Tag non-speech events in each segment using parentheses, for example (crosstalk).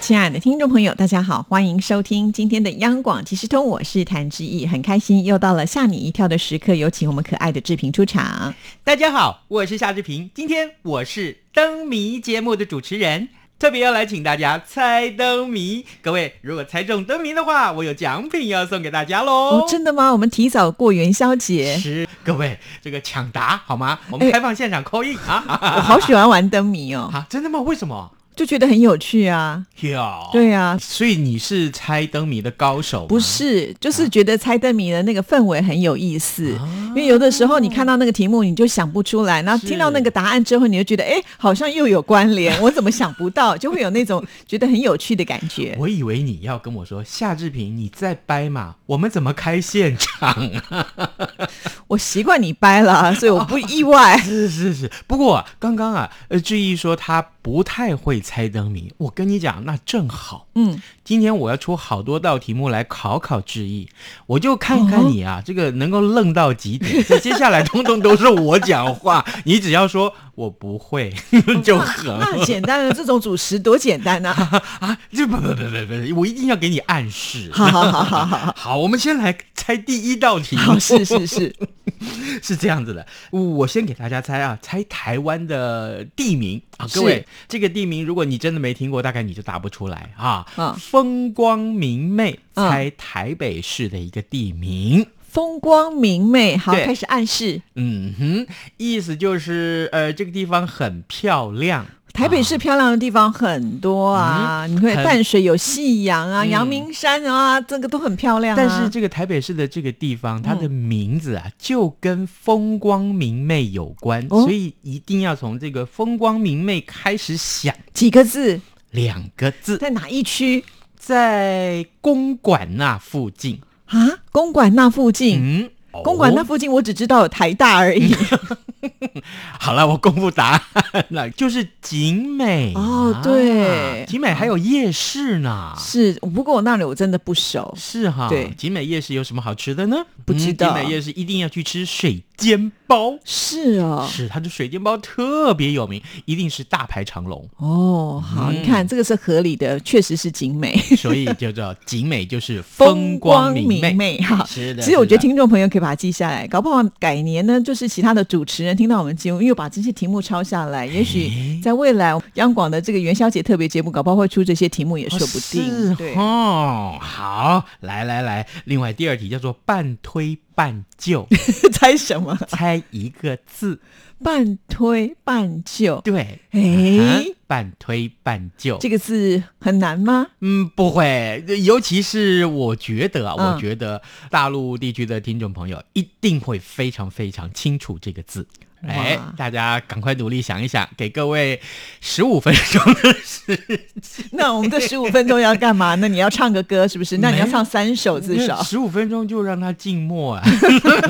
亲爱的听众朋友，大家好，欢迎收听今天的央广即时通，我是谭志毅，很开心又到了吓你一跳的时刻，有请我们可爱的志平出场。大家好，我是夏志平，今天我是灯谜节目的主持人，特别要来请大家猜灯谜。各位如果猜中灯谜的话，我有奖品要送给大家喽。哦，真的吗？我们提早过元宵 (laughs) 节，是各位这个抢答好吗？我哎们开放现场扣印、啊我好喜欢玩灯谜哦，啊！真的吗？为什么？就觉得很有趣啊。有，对啊，所以你是猜灯谜的高手吗？不是，就是觉得猜灯谜的那个氛围很有意思，啊因为有的时候你看到那个题目你就想不出来，然后是听到那个答案之后，你就觉得哎，好像又有关联，我怎么想不到，就会有那种觉得很有趣的感觉。我以为你要跟我说夏志平，你再掰嘛，我们怎么开现场？ (laughs) 我习惯你掰了 (laughs) 啊，所以我不意外。 (laughs) 是是是，不过、啊、刚刚啊，呃，志毅说他不太会猜灯谜，我跟你讲，那正好，嗯，今天我要出好多道题目来考考志毅，我就看看你哦啊，这个能够愣到几 (laughs) 点？这接下来通通都是我讲话，你只要说我不会 (laughs) 就很哦那简单了，这种主食多简单啊！ (laughs) 啊，这不不不不不，我一定要给你暗示。(laughs) (laughs) 好好好 (laughs) 好好，好，我们先来猜第一道题目好，是是是，是这样子的，我先给大家猜啊，猜台湾的地名啊，各位是，这个地名如果你真的没听过，大概你就答不出来啊。嗯风光明媚，嗯猜台北市的一个地名。 (laughs) 风光明媚。好，对开始暗示。嗯哼，意思就是呃，这个地方很漂亮。台北市漂亮的地方很多啊，你会很淡水有夕阳啊，嗯阳明山啊，这个都很漂亮、啊。但是这个台北市的这个地方，它嗯的名字啊，就跟风光明媚有关，哦所以一定要从这个风光明媚开始想几个字两个字。在哪一区在公馆那附近。啊？公馆那附近。嗯，公馆那哦附近，我只知道有台大而已。好了，我公布答案了，就是景美哦啊对景美还有夜市呢。 (laughs) 是，不过我那里我真的不熟。是哈，对景美夜市有什么好吃的呢？不知道景美夜市一定要去吃水煎包，是哦，是它的水煎包特别有名，一定是大排长 (laughs) 龙，哦，好，嗯你看这个是合理的，确实是景美。所以叫做景美就是 (laughs) 风光明媚。媚哈。是的，其实我是觉得的听众朋友可以把它记下来，搞不好改年呢，就是其他的主持人听到我们节目，又把这些题目抄下来，也许在未来央广的这个元宵节特别节目，搞不好会出这些题目也说不定。哦对是，哦，好，来来来，另外第二题叫做半推半就，猜什么？ (laughs) 猜一个字，半推半就。对，哎啊，半推半就这，个字很难 (laughs) 吗？嗯，不会，尤其是我觉得啊，嗯我觉得大陆地区的听众朋友一定会非常非常清楚这个字。哎哇，大家赶快努力想一想，给各位十五分 (laughs) 钟的时间那我们这十五分钟要干嘛？那你要唱个歌是不是？那你要没有唱三首至少。十五分钟就让他静默啊！ (laughs)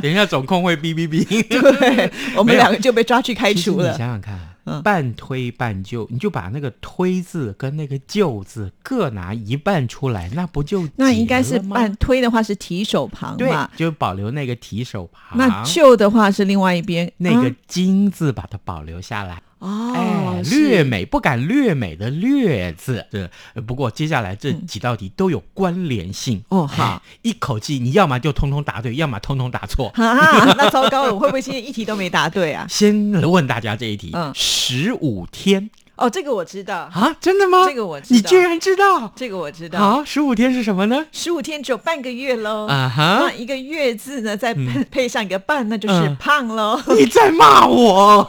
等一下总控会哔哔哔。 (laughs) 对，我们没有两个就被抓去开其实除了你。想想看，啊嗯半推半就，你就把那个“推”字跟那个“就”字各拿一半出来，那不就那解应该是了吗半推的话是提手旁对嘛，，就保留那个提手旁，那旧的话是另外一边那个啊“金”字把它保留下来。哦哎，，是略 (laughs) 美不敢略美的略字，对。呃不过接下来这几道题都有关联性嗯哦哎好一口气你要么就通通答对，要么通通答错。啊，那糟糕了，我会不会今天一题都没答对啊？先来问大家这一题嗯，十五天 (laughs) 哦，这个我知道，啊，真的吗？这个我知道你居然知道？这个我知道，好，十五天是什么呢？十五天只有半个月喽。啊那哈，一个月字呢，再配配上一个半，那就是嗯胖 (laughs) 喽。你在骂我？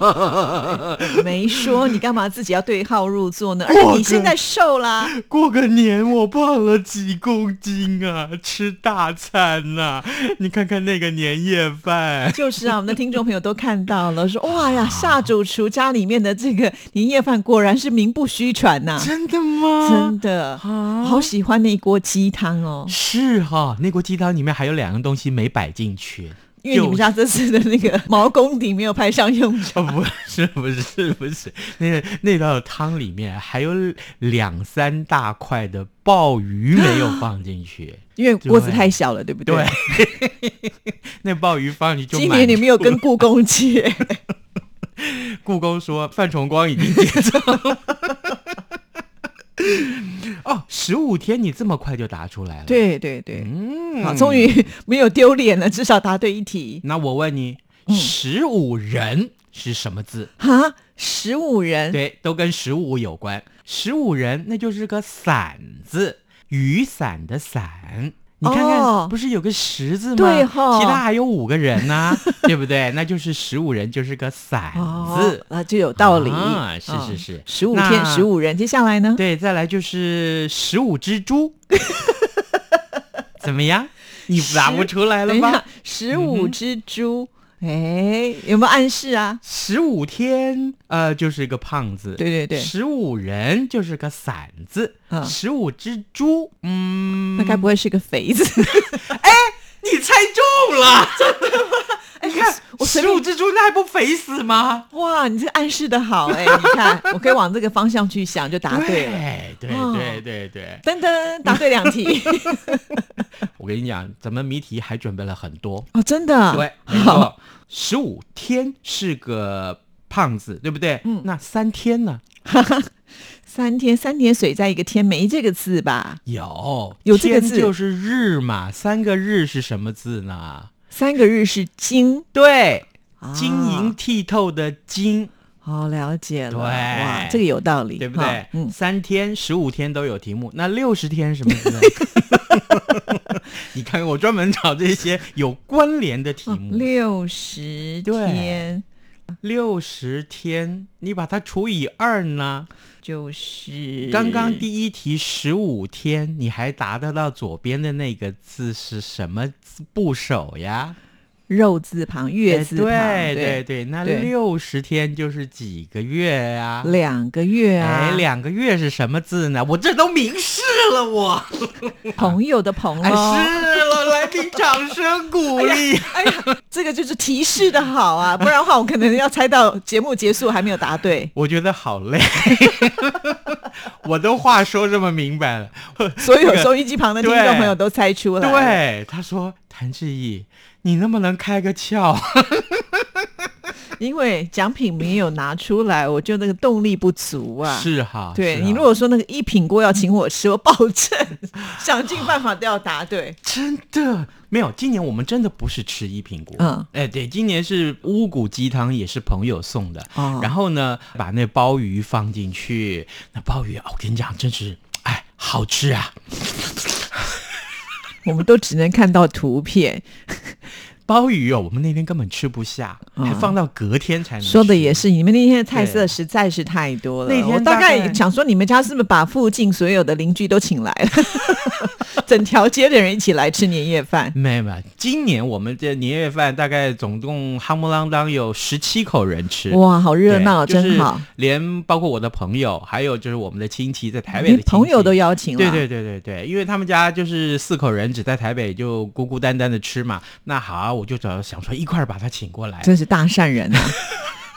(laughs) 没说你干嘛自己要对号入座 (laughs) 呢？而我且你现在瘦啦，过个年我胖了几公斤啊，吃大餐呐、你看看那个年夜饭。就是啊，我们的听众朋友都看到了，说哇 (laughs) 呀，夏主厨家里面的这个年夜饭果然是名不虚传呐、啊真的吗？真的，啊好喜欢那一锅鸡汤哦，是哈、那锅鸡汤里面还有两样东西没摆进去，因为你们家这次的那个毛公鼎没有派上用场。 (laughs) 哦，不是不是不是，那个那道汤里面还有两三大块的鲍鱼没有放进去，因为锅子太小了，对不对， (laughs) 那鲍鱼放进去就今年你满没有跟故 (laughs) 宫借，故宫说范崇光已经结账。哦，十五天你这么快就答出来了？，对对对，嗯，好，终。于没有丢脸了，至少答对一题。那我问你，十五人是什么字？哈，十五人，对，都跟十五有关。十五人那就是个伞字，雨伞的伞。你看看，哦不是有个十字吗？对吼其他还有五个人呢、 (laughs) 对不对？那就是十五人，就是个伞哦字。，那就有道理哦啊是是是十五那天十五人，接下来呢？对，再来就是十五只 (laughs) 猪，怎么样？你答不出来了等一吧嗯下？，十五只猪，哎，有没有暗示啊？十五天，呃，就是一个胖子。对对对，十五人就是个伞字嗯，十五只猪，嗯，那该不会是个肥子？你猜中了， (laughs) 哎，我我随十五便只猪那还不肥死吗？哇，你这暗示的好哎，你 (laughs) 看，我可以往这个方向去想，就答对了。对哦对对对，噔噔，答对两 (laughs) 题我跟你讲，咱们谜题还准备了很多，哦，真的， (laughs) 对，没好，错，十五天是个胖子，对不对？嗯那三天呢？三天三点水在一个天没这个字吧？有有这个天字就是日嘛，三个日是什么字呢？三个日是金，对，啊晶莹剔透的晶，哦，了解了，对哇，这个有道理，对不哈对？嗯，三天、十五天都有题目，那六十天什么字呢？ (laughs) 你看，我专门找这些有关联的题目。哦六十天六十天，你把它除以二呢？就是刚刚第一题十五天，你还答得到左边的那个字是什么字部首呀？肉字旁、月字旁，哎对对对，对，那对六十天就是几个月呀、两个月哎啊，，两个月是什么字呢？我这都明示了我，朋友的朋哎，喽。是 (laughs) 了，来宾掌声鼓励。哦哎呀，这个就是提示的好啊，不然的话我可能要猜到节目结束还没有答 (laughs) 对，我觉得好累，我都话说这么明白了。所有收音机旁的听众朋友都猜出来。，对，他说谭志毅，你能不能开个窍？因为奖品没有拿出来，我就那个动力不足啊。是哈，对是哈你如果说那个一品锅要请我吃，我保证想尽办法都要答 (laughs) 对。真的没有，今年我们真的不是吃一品锅，嗯，哎，对，今年是乌骨鸡汤，也是朋友送的，哦然后呢，把那鲍鱼放进去，那鲍鱼，我跟你讲，真是，哎，好吃啊！我们都只能看到图片，哎鲍鱼哦，我们那天根本吃不下，还放到隔天才能吃。嗯说的也是，你们那天的菜色对实在是太多了。那天我大大概概想说，你们家是不是把附近所有的邻居都请来了， (laughs) 整条街的人一起来吃年夜饭？没有没有，今年我们这年夜饭大概总共夯不啷当有十七口人吃，哇，好热闹，对就是真好！连包括我的朋友，还有就是我们的亲戚在台北的连亲戚朋友都邀请了，对对对对对，因为他们家就是四口人，只在台北就孤孤单单的吃嘛。那好，我就找想说一块儿把他请过来。真是大善人啊！ (laughs)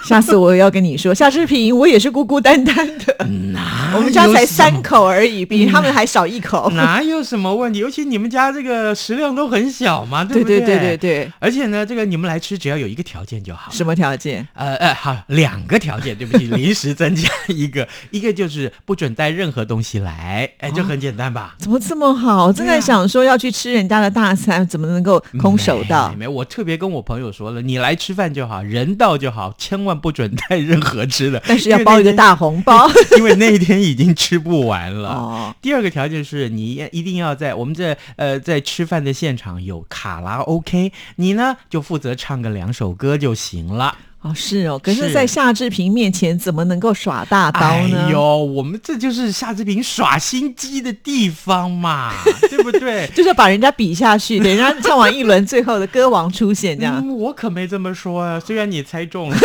下次我也要跟你说，夏志平，我也是孤孤单单的，啊哪 (laughs) 我们家嗯才有什三么，嗯口而已，比他们还少一口。哪有什么问题？尤其你们家这个食量都很小嘛，对不对对对对对，而且呢，这个你们来吃，只要有一个条件就好。什么条件？呃呃，好，两个条件，对不起， (laughs) 临时增加一个，一个就是不准带任何东西来，哎，哦就很简单吧。怎么这么好？我正啊在想说要去吃人家的大餐，怎么能够空手道嗯没？没，我特别跟我朋友说了，你来吃饭就好，人到就好，千万不准带任何吃的。但是要包一个大红包 (laughs) 因为那一天已经吃不完了。 (laughs) 哦。第二个条件是你一定要在我们这呃在吃饭的现场有卡拉 OK，你呢就负责唱个两首歌就行了。哦，是哦，可是，是在夏志平面前怎么能够耍大刀呢？哎呦，我们这就是夏志平耍心机的地方 (laughs) 嘛，对不对？就是要把人家比下去，等人家唱完一轮，最后的歌王出现这样。嗯，我可没这么说啊，虽然你猜中 (laughs) 了。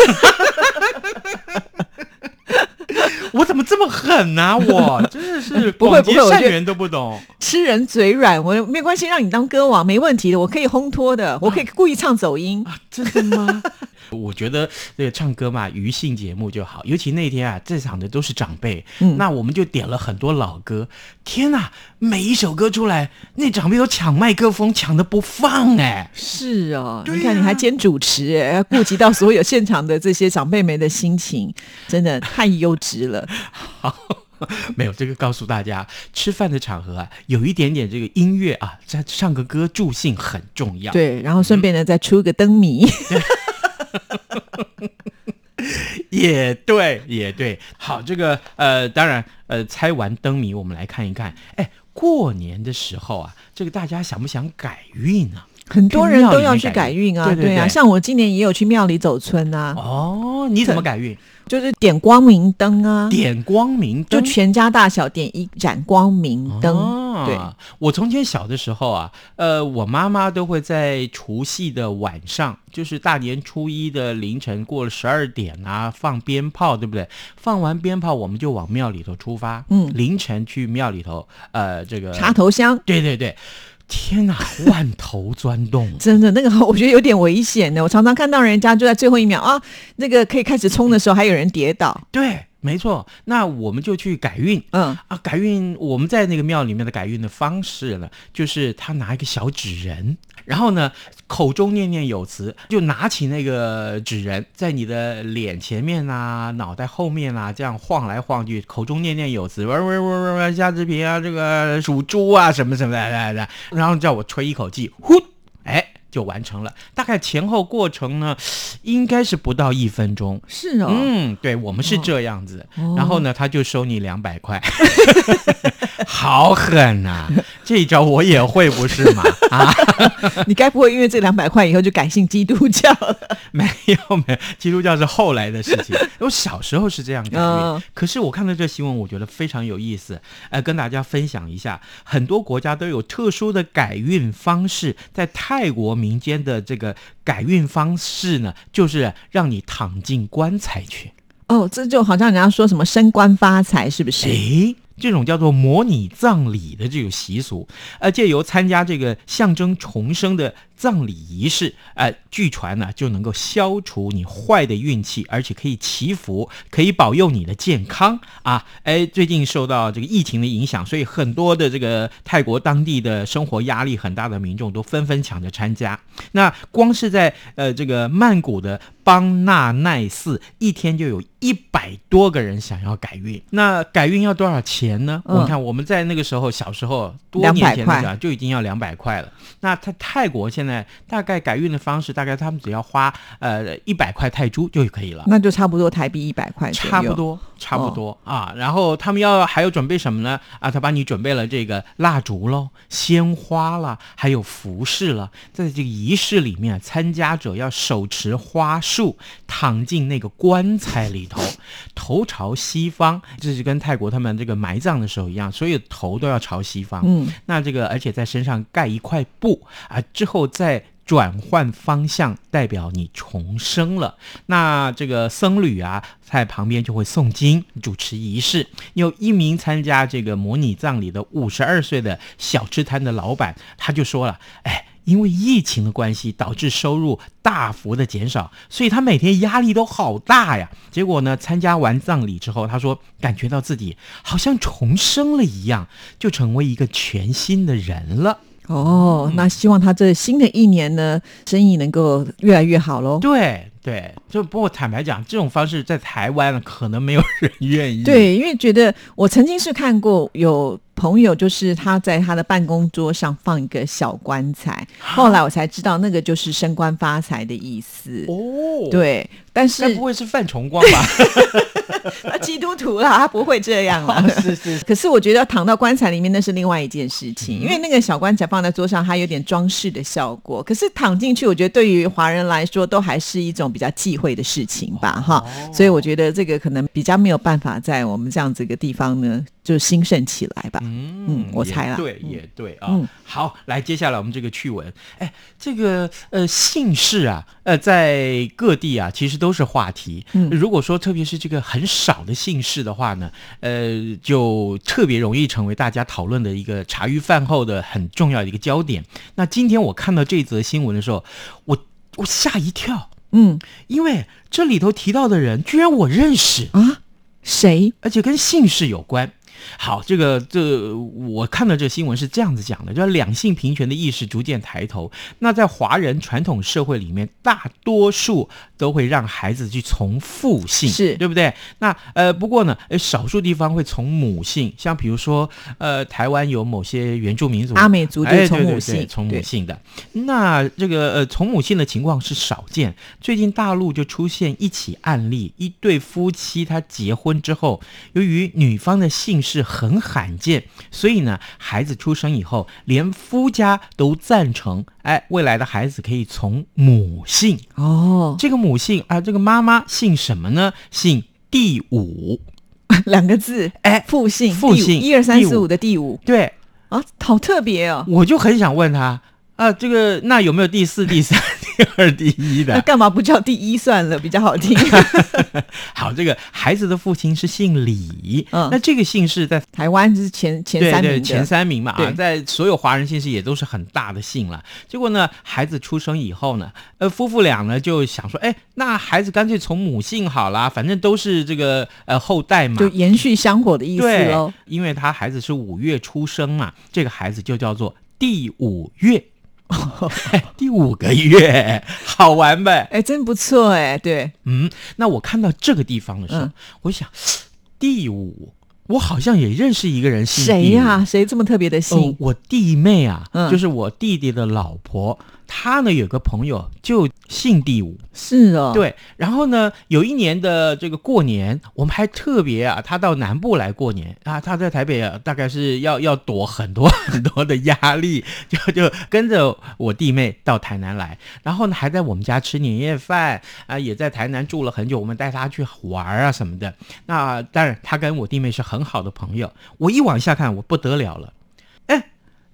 我怎么这么狠呢、我真是的 (laughs) 是不会广结不会我善觉得缘都不懂。吃人嘴软，我没关系，让你当歌王没问题的，我可以烘托的，我可以故意唱走音。真的吗？ (laughs) 我觉得这个唱歌嘛，娱性节目就好。尤其那天啊，在场的都是长辈，嗯那我们就点了很多老歌。天哪，每一首歌出来，那长辈都抢麦克风，抢的不放哎、是哦，对你看呀你还兼主持、哎，要顾及到所有现场的这些长辈们的心情，真的太优质 (laughs) 了。没有这个告诉大家，吃饭的场合啊，有一点点这个音乐啊，在唱个歌助兴很重要。对，然后顺便呢再出个灯嗯谜，也对，也对。好，这个呃，当然呃，猜完灯谜，我们来看一看。哎，过年的时候啊，这个大家想不想改运啊？很多人都要去去庙改里面改运运啊，对对对啊，像我今年也有去庙里走村啊，哦，你怎么改运？就是点光明灯啊，点光明就灯，全家大小点一盏光明灯，哦对，我从前小的时候啊，呃，我妈妈都会在除夕的晚上，就是大年初一的凌晨过了十二点啊，放鞭炮，对不对？放完鞭炮，我们就往庙里头出发，嗯凌晨去庙里头，呃，这个插，头香。，对对对，天哪，万头钻洞啊 (laughs) 真的，那个我觉得有点危险呢。我常常看到人家就在最后一秒啊，那个可以开始冲的时候，还有人跌倒。对，没错，那我们就去改运。嗯，啊，改运我们在那个庙里面的改运的方式呢，就是他拿一个小纸人，然后呢口中念念有词，就拿起那个纸人，在你的脸前面啊、脑袋后面啊这样晃来晃去，口中念念有词，喂喂喂喂喂，夏志平啊，这个属猪啊什么什么的来来，然后叫我吹一口气，呼，哎。就完成了，大概前后过程呢，应该是不到一分钟。是哦，嗯，对，我们是这样子。然后呢，他就收你两百块， (laughs) 好狠呐、这一招我也会，不是 (laughs) 吗？啊，你该不会因为这两百块以后就改信基督教了？没有没有，基督教是后来的事情。我小时候是这样感觉，嗯可是我看到这新闻，我觉得非常有意思，呃，跟大家分享一下。很多国家都有特殊的改运方式，在泰国民间的这个改运方式呢，就是让你躺进棺材去。 (laughs) 哦，这就好像人家说什么升官发财，是不是？诶，这种叫做模拟葬礼的这种习俗，呃，借由参加这个象征重生的葬礼仪式，呃，据传呢、就能够消除你坏的运气，而且可以祈福，可以保佑你的健康啊。哎，最近受到这个疫情的影响，所以很多的这个泰国当地的生活压力很大的民众都纷纷抢着参加。那光是在呃这个曼谷的邦纳奈寺，一天就有一百多个人想要改运。那改运要多少钱呢？嗯我们看我们在那个时候小时候多年前200那个啊就已经要两百块了。那他泰国现在大概改运的方式，大概他们只要花呃一百块泰铢就可以了。那就差不多台币一百块左右差不。多，差不多、啊。然后他们要还要准备什么呢？啊，他帮你准备了这个蜡烛喽、鲜花啦，还有服饰了。在这个仪式里面，参加者要手持花束，躺进那个棺材里头，头朝西方，这是跟泰国他们这个埋葬的时候一样，所有头都要朝西方。嗯，那这个而且在身上盖一块布啊，之后再转换方向，代表你重生了。那这个僧侣啊，在旁边就会诵经，主持仪式。有一名参加这个模拟葬礼的五十二岁的小吃摊的老板，他就说了：“哎。”因为疫情的关系，导致收入大幅的减少，所以他每天压力都好大呀。结果呢，参加完葬礼之后，他说感觉到自己好像重生了一样，就成为一个全新的人了。哦，那希望他这新的一年呢，生意能够越来越好喽。对对，就不过坦白讲，这种方式在台湾呢可能没有人愿意。，对，因为觉得我曾经是看过有朋友，就是他在他的办公桌上放一个小棺材，后来我才知道那个就是升官发财的意思。哦，，对，该但是不会是范崇光吧？他基督徒啦，他不会这样 (laughs) 啦。 (laughs) 是是，可是我觉得躺到棺材里面那是另外一件事嗯情，因为那个小棺材放在桌上，它有点装饰的效果。可是躺进去，我觉得对于华人来说，都还是一种比较忌讳的哦事情吧，哈。所以我觉得这个可能比较没有办法在我们这样子一个地方呢就兴盛起来吧。嗯嗯我猜啦也对，嗯也对啊、嗯好，来，接下来我们这个趣闻，哎，这个呃姓氏啊，呃，在各地啊，其实都是话题。嗯如果说特别是这个很少的姓氏的话呢，呃，就特别容易成为大家讨论的一个茶余饭后的很重要的一个焦点。那今天我看到这则新闻的时候，我我吓一跳，嗯因为这里头提到的人居然我认识。啊，谁？而且跟姓氏有关。好，这个这我看到这新闻是这样子讲的，就是两性平权的意识逐渐抬头。那在华人传统社会里面，大多数都会让孩子去从父姓，是对不对？那呃，不过呢，呃，少数地方会从母姓，像比如说呃，台湾有某些原住民族阿美族就哎是从对对母对姓从母对姓的。那这个呃，从母姓的情况是少见。最近大陆就出现一起案例，一对夫妻他结婚之后，由于女方的姓氏很罕见，所以呢，孩子出生以后，连夫家都赞成，哎，未来的孩子可以从母姓。哦， (laughs) 这个母姓啊、这个妈妈姓什么呢？姓第五。两个字，哎复姓，复姓一二三第四五五的第五对，啊，好特别哦。我就很想问他啊、这个那有没有第四、第三、 (laughs) 第二、第一的那？干嘛不叫第一算了，比较好 (laughs) 听。好，这个孩子的父亲是姓李，嗯那这个姓氏在台湾是前前三对对名的，前三名嘛啊，对在所有华人姓氏也都是很大的姓了。结果呢，孩子出生以后呢，呃，夫妇俩呢就想说，哎，那孩子干脆从母姓好啦，反正都是这个呃后代嘛就。延续香火的意思对喽。，因为他孩子是五月出生嘛，这个孩子就叫做第五月， (laughs) 第五个月，好玩呗。哎，真不错哎，对，嗯，那我看到这个地方的时候，嗯我想第五，我好像也认识一个人姓谁第五呀、谁这么特别的姓？哦，我弟妹啊，嗯就是我弟弟的老婆，她呢有个朋友就姓第五，是哦，，对。然后呢，有一年的这个过年，我们还特别啊，她到南部来过年啊，她在台北啊，大概是要要躲很多很多的压力，就就跟着我弟妹到台南来，然后呢还在我们家吃年夜饭啊，也在台南住了很久，我们带她去玩啊什么的。那当然，她跟我弟妹是很好的朋友。我一往下看，我不得了了。哎，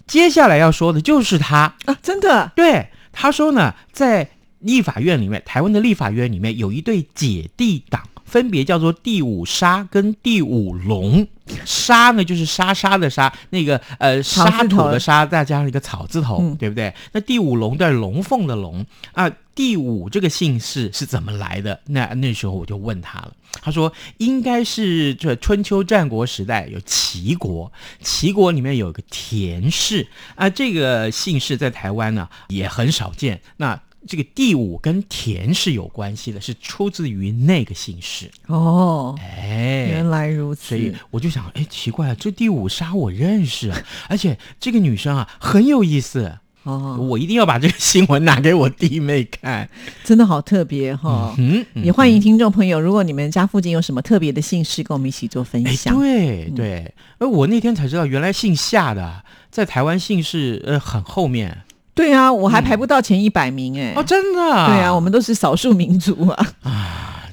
接下来要说的就是他。啊，真的对，他说呢，在立法院里面，台湾的立法院里面有一对姐弟党，分别叫做第五沙跟第五龙。沙呢，就是沙沙的沙，那个呃草字沙土头的沙，再加上一个草字头，嗯对不对？那第五龙的龙凤的龙啊，第五这个姓氏是怎么来的？那那时候我就问他了，他说应该是这春秋战国时代有齐国，齐国里面有个田氏啊，这个姓氏在台湾呢也很少见。那这个第五跟田是有关系的，是出自于那个姓氏。哦，哎，原来如此所。以我就想，哎，奇怪，这第五杀我认识啊，而且这个女生啊很有意思，哦，我一定要把这个新闻拿给我弟妹看。真的好特别哈、嗯，嗯也欢迎听众朋友，如果你们家附近有什么特别的姓氏，跟我们一起做分哎，享。对对，呃，我那天才知道，原来姓夏的啊在台湾姓氏呃很后面对啊，我还排不到前一百名哎、嗯哦，真的。对啊，我们都是少数民族 (laughs) 啊。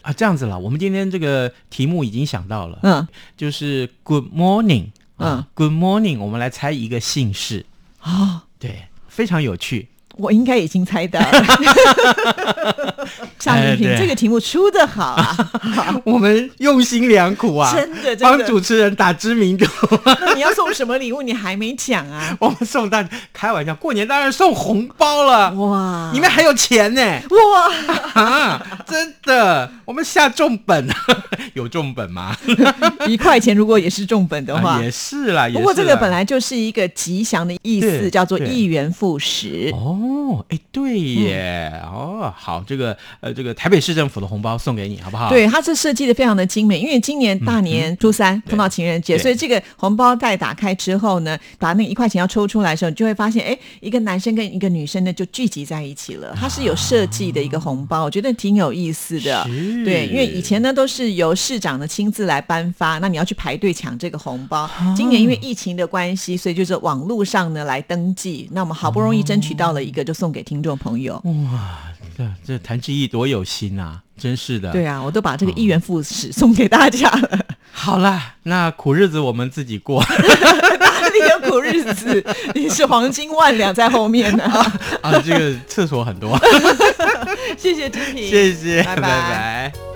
啊这样子了，我们今天这个题目已经想到了，嗯，就是 Good morning，嗯啊，Good morning，我们来猜一个姓氏，哦，对，非常有趣。我应该已经猜到了。 (laughs) 夏哎丽萍对这个题目出的好 (laughs) 啊，我们用心良苦啊，真的真帮的。主持人打知名度。 (laughs) 那你要送什么礼物？你还没讲啊？我们送大开玩笑，过年当然送红包了，哇，里面还有钱呢哇，啊！真的，我们下重本， (laughs) 有重本吗？一块钱如果也是重本的话啊、，也是啦，也是不过这个啦本来就是一个吉祥的意对思，叫做对一元复始。哦，哎，对耶，嗯哦，好，这个呃，这个台北市政府的红包送给你，好不好？对，它这设计的非常的精美，因为今年大年初三碰到情人节，嗯对所以这个红包袋打开之后呢，把那个一块钱要抽出来的时候，你就会发现，哎，一个男生跟一个女生呢就聚集在一起了。它是有设计的一个红包，我觉得挺有意思的是。对，因为以前呢都是由市长呢亲自来颁发，那你要去排队抢这个红包。今年因为疫情的关系，所以就是网络上呢来登记。那我们好不容易争取到了一个，就送给听众朋友。哇，这这谭志毅多有心啊，真是的。嗯 (laughs) 对啊，我都把这个一元复始送给大家了。好啦，那苦日子我们自己过哪里有苦日子？你是黄金万两在后面呢、 (laughs) 啊，这个厕所很多，谢谢金平，谢谢，拜拜拜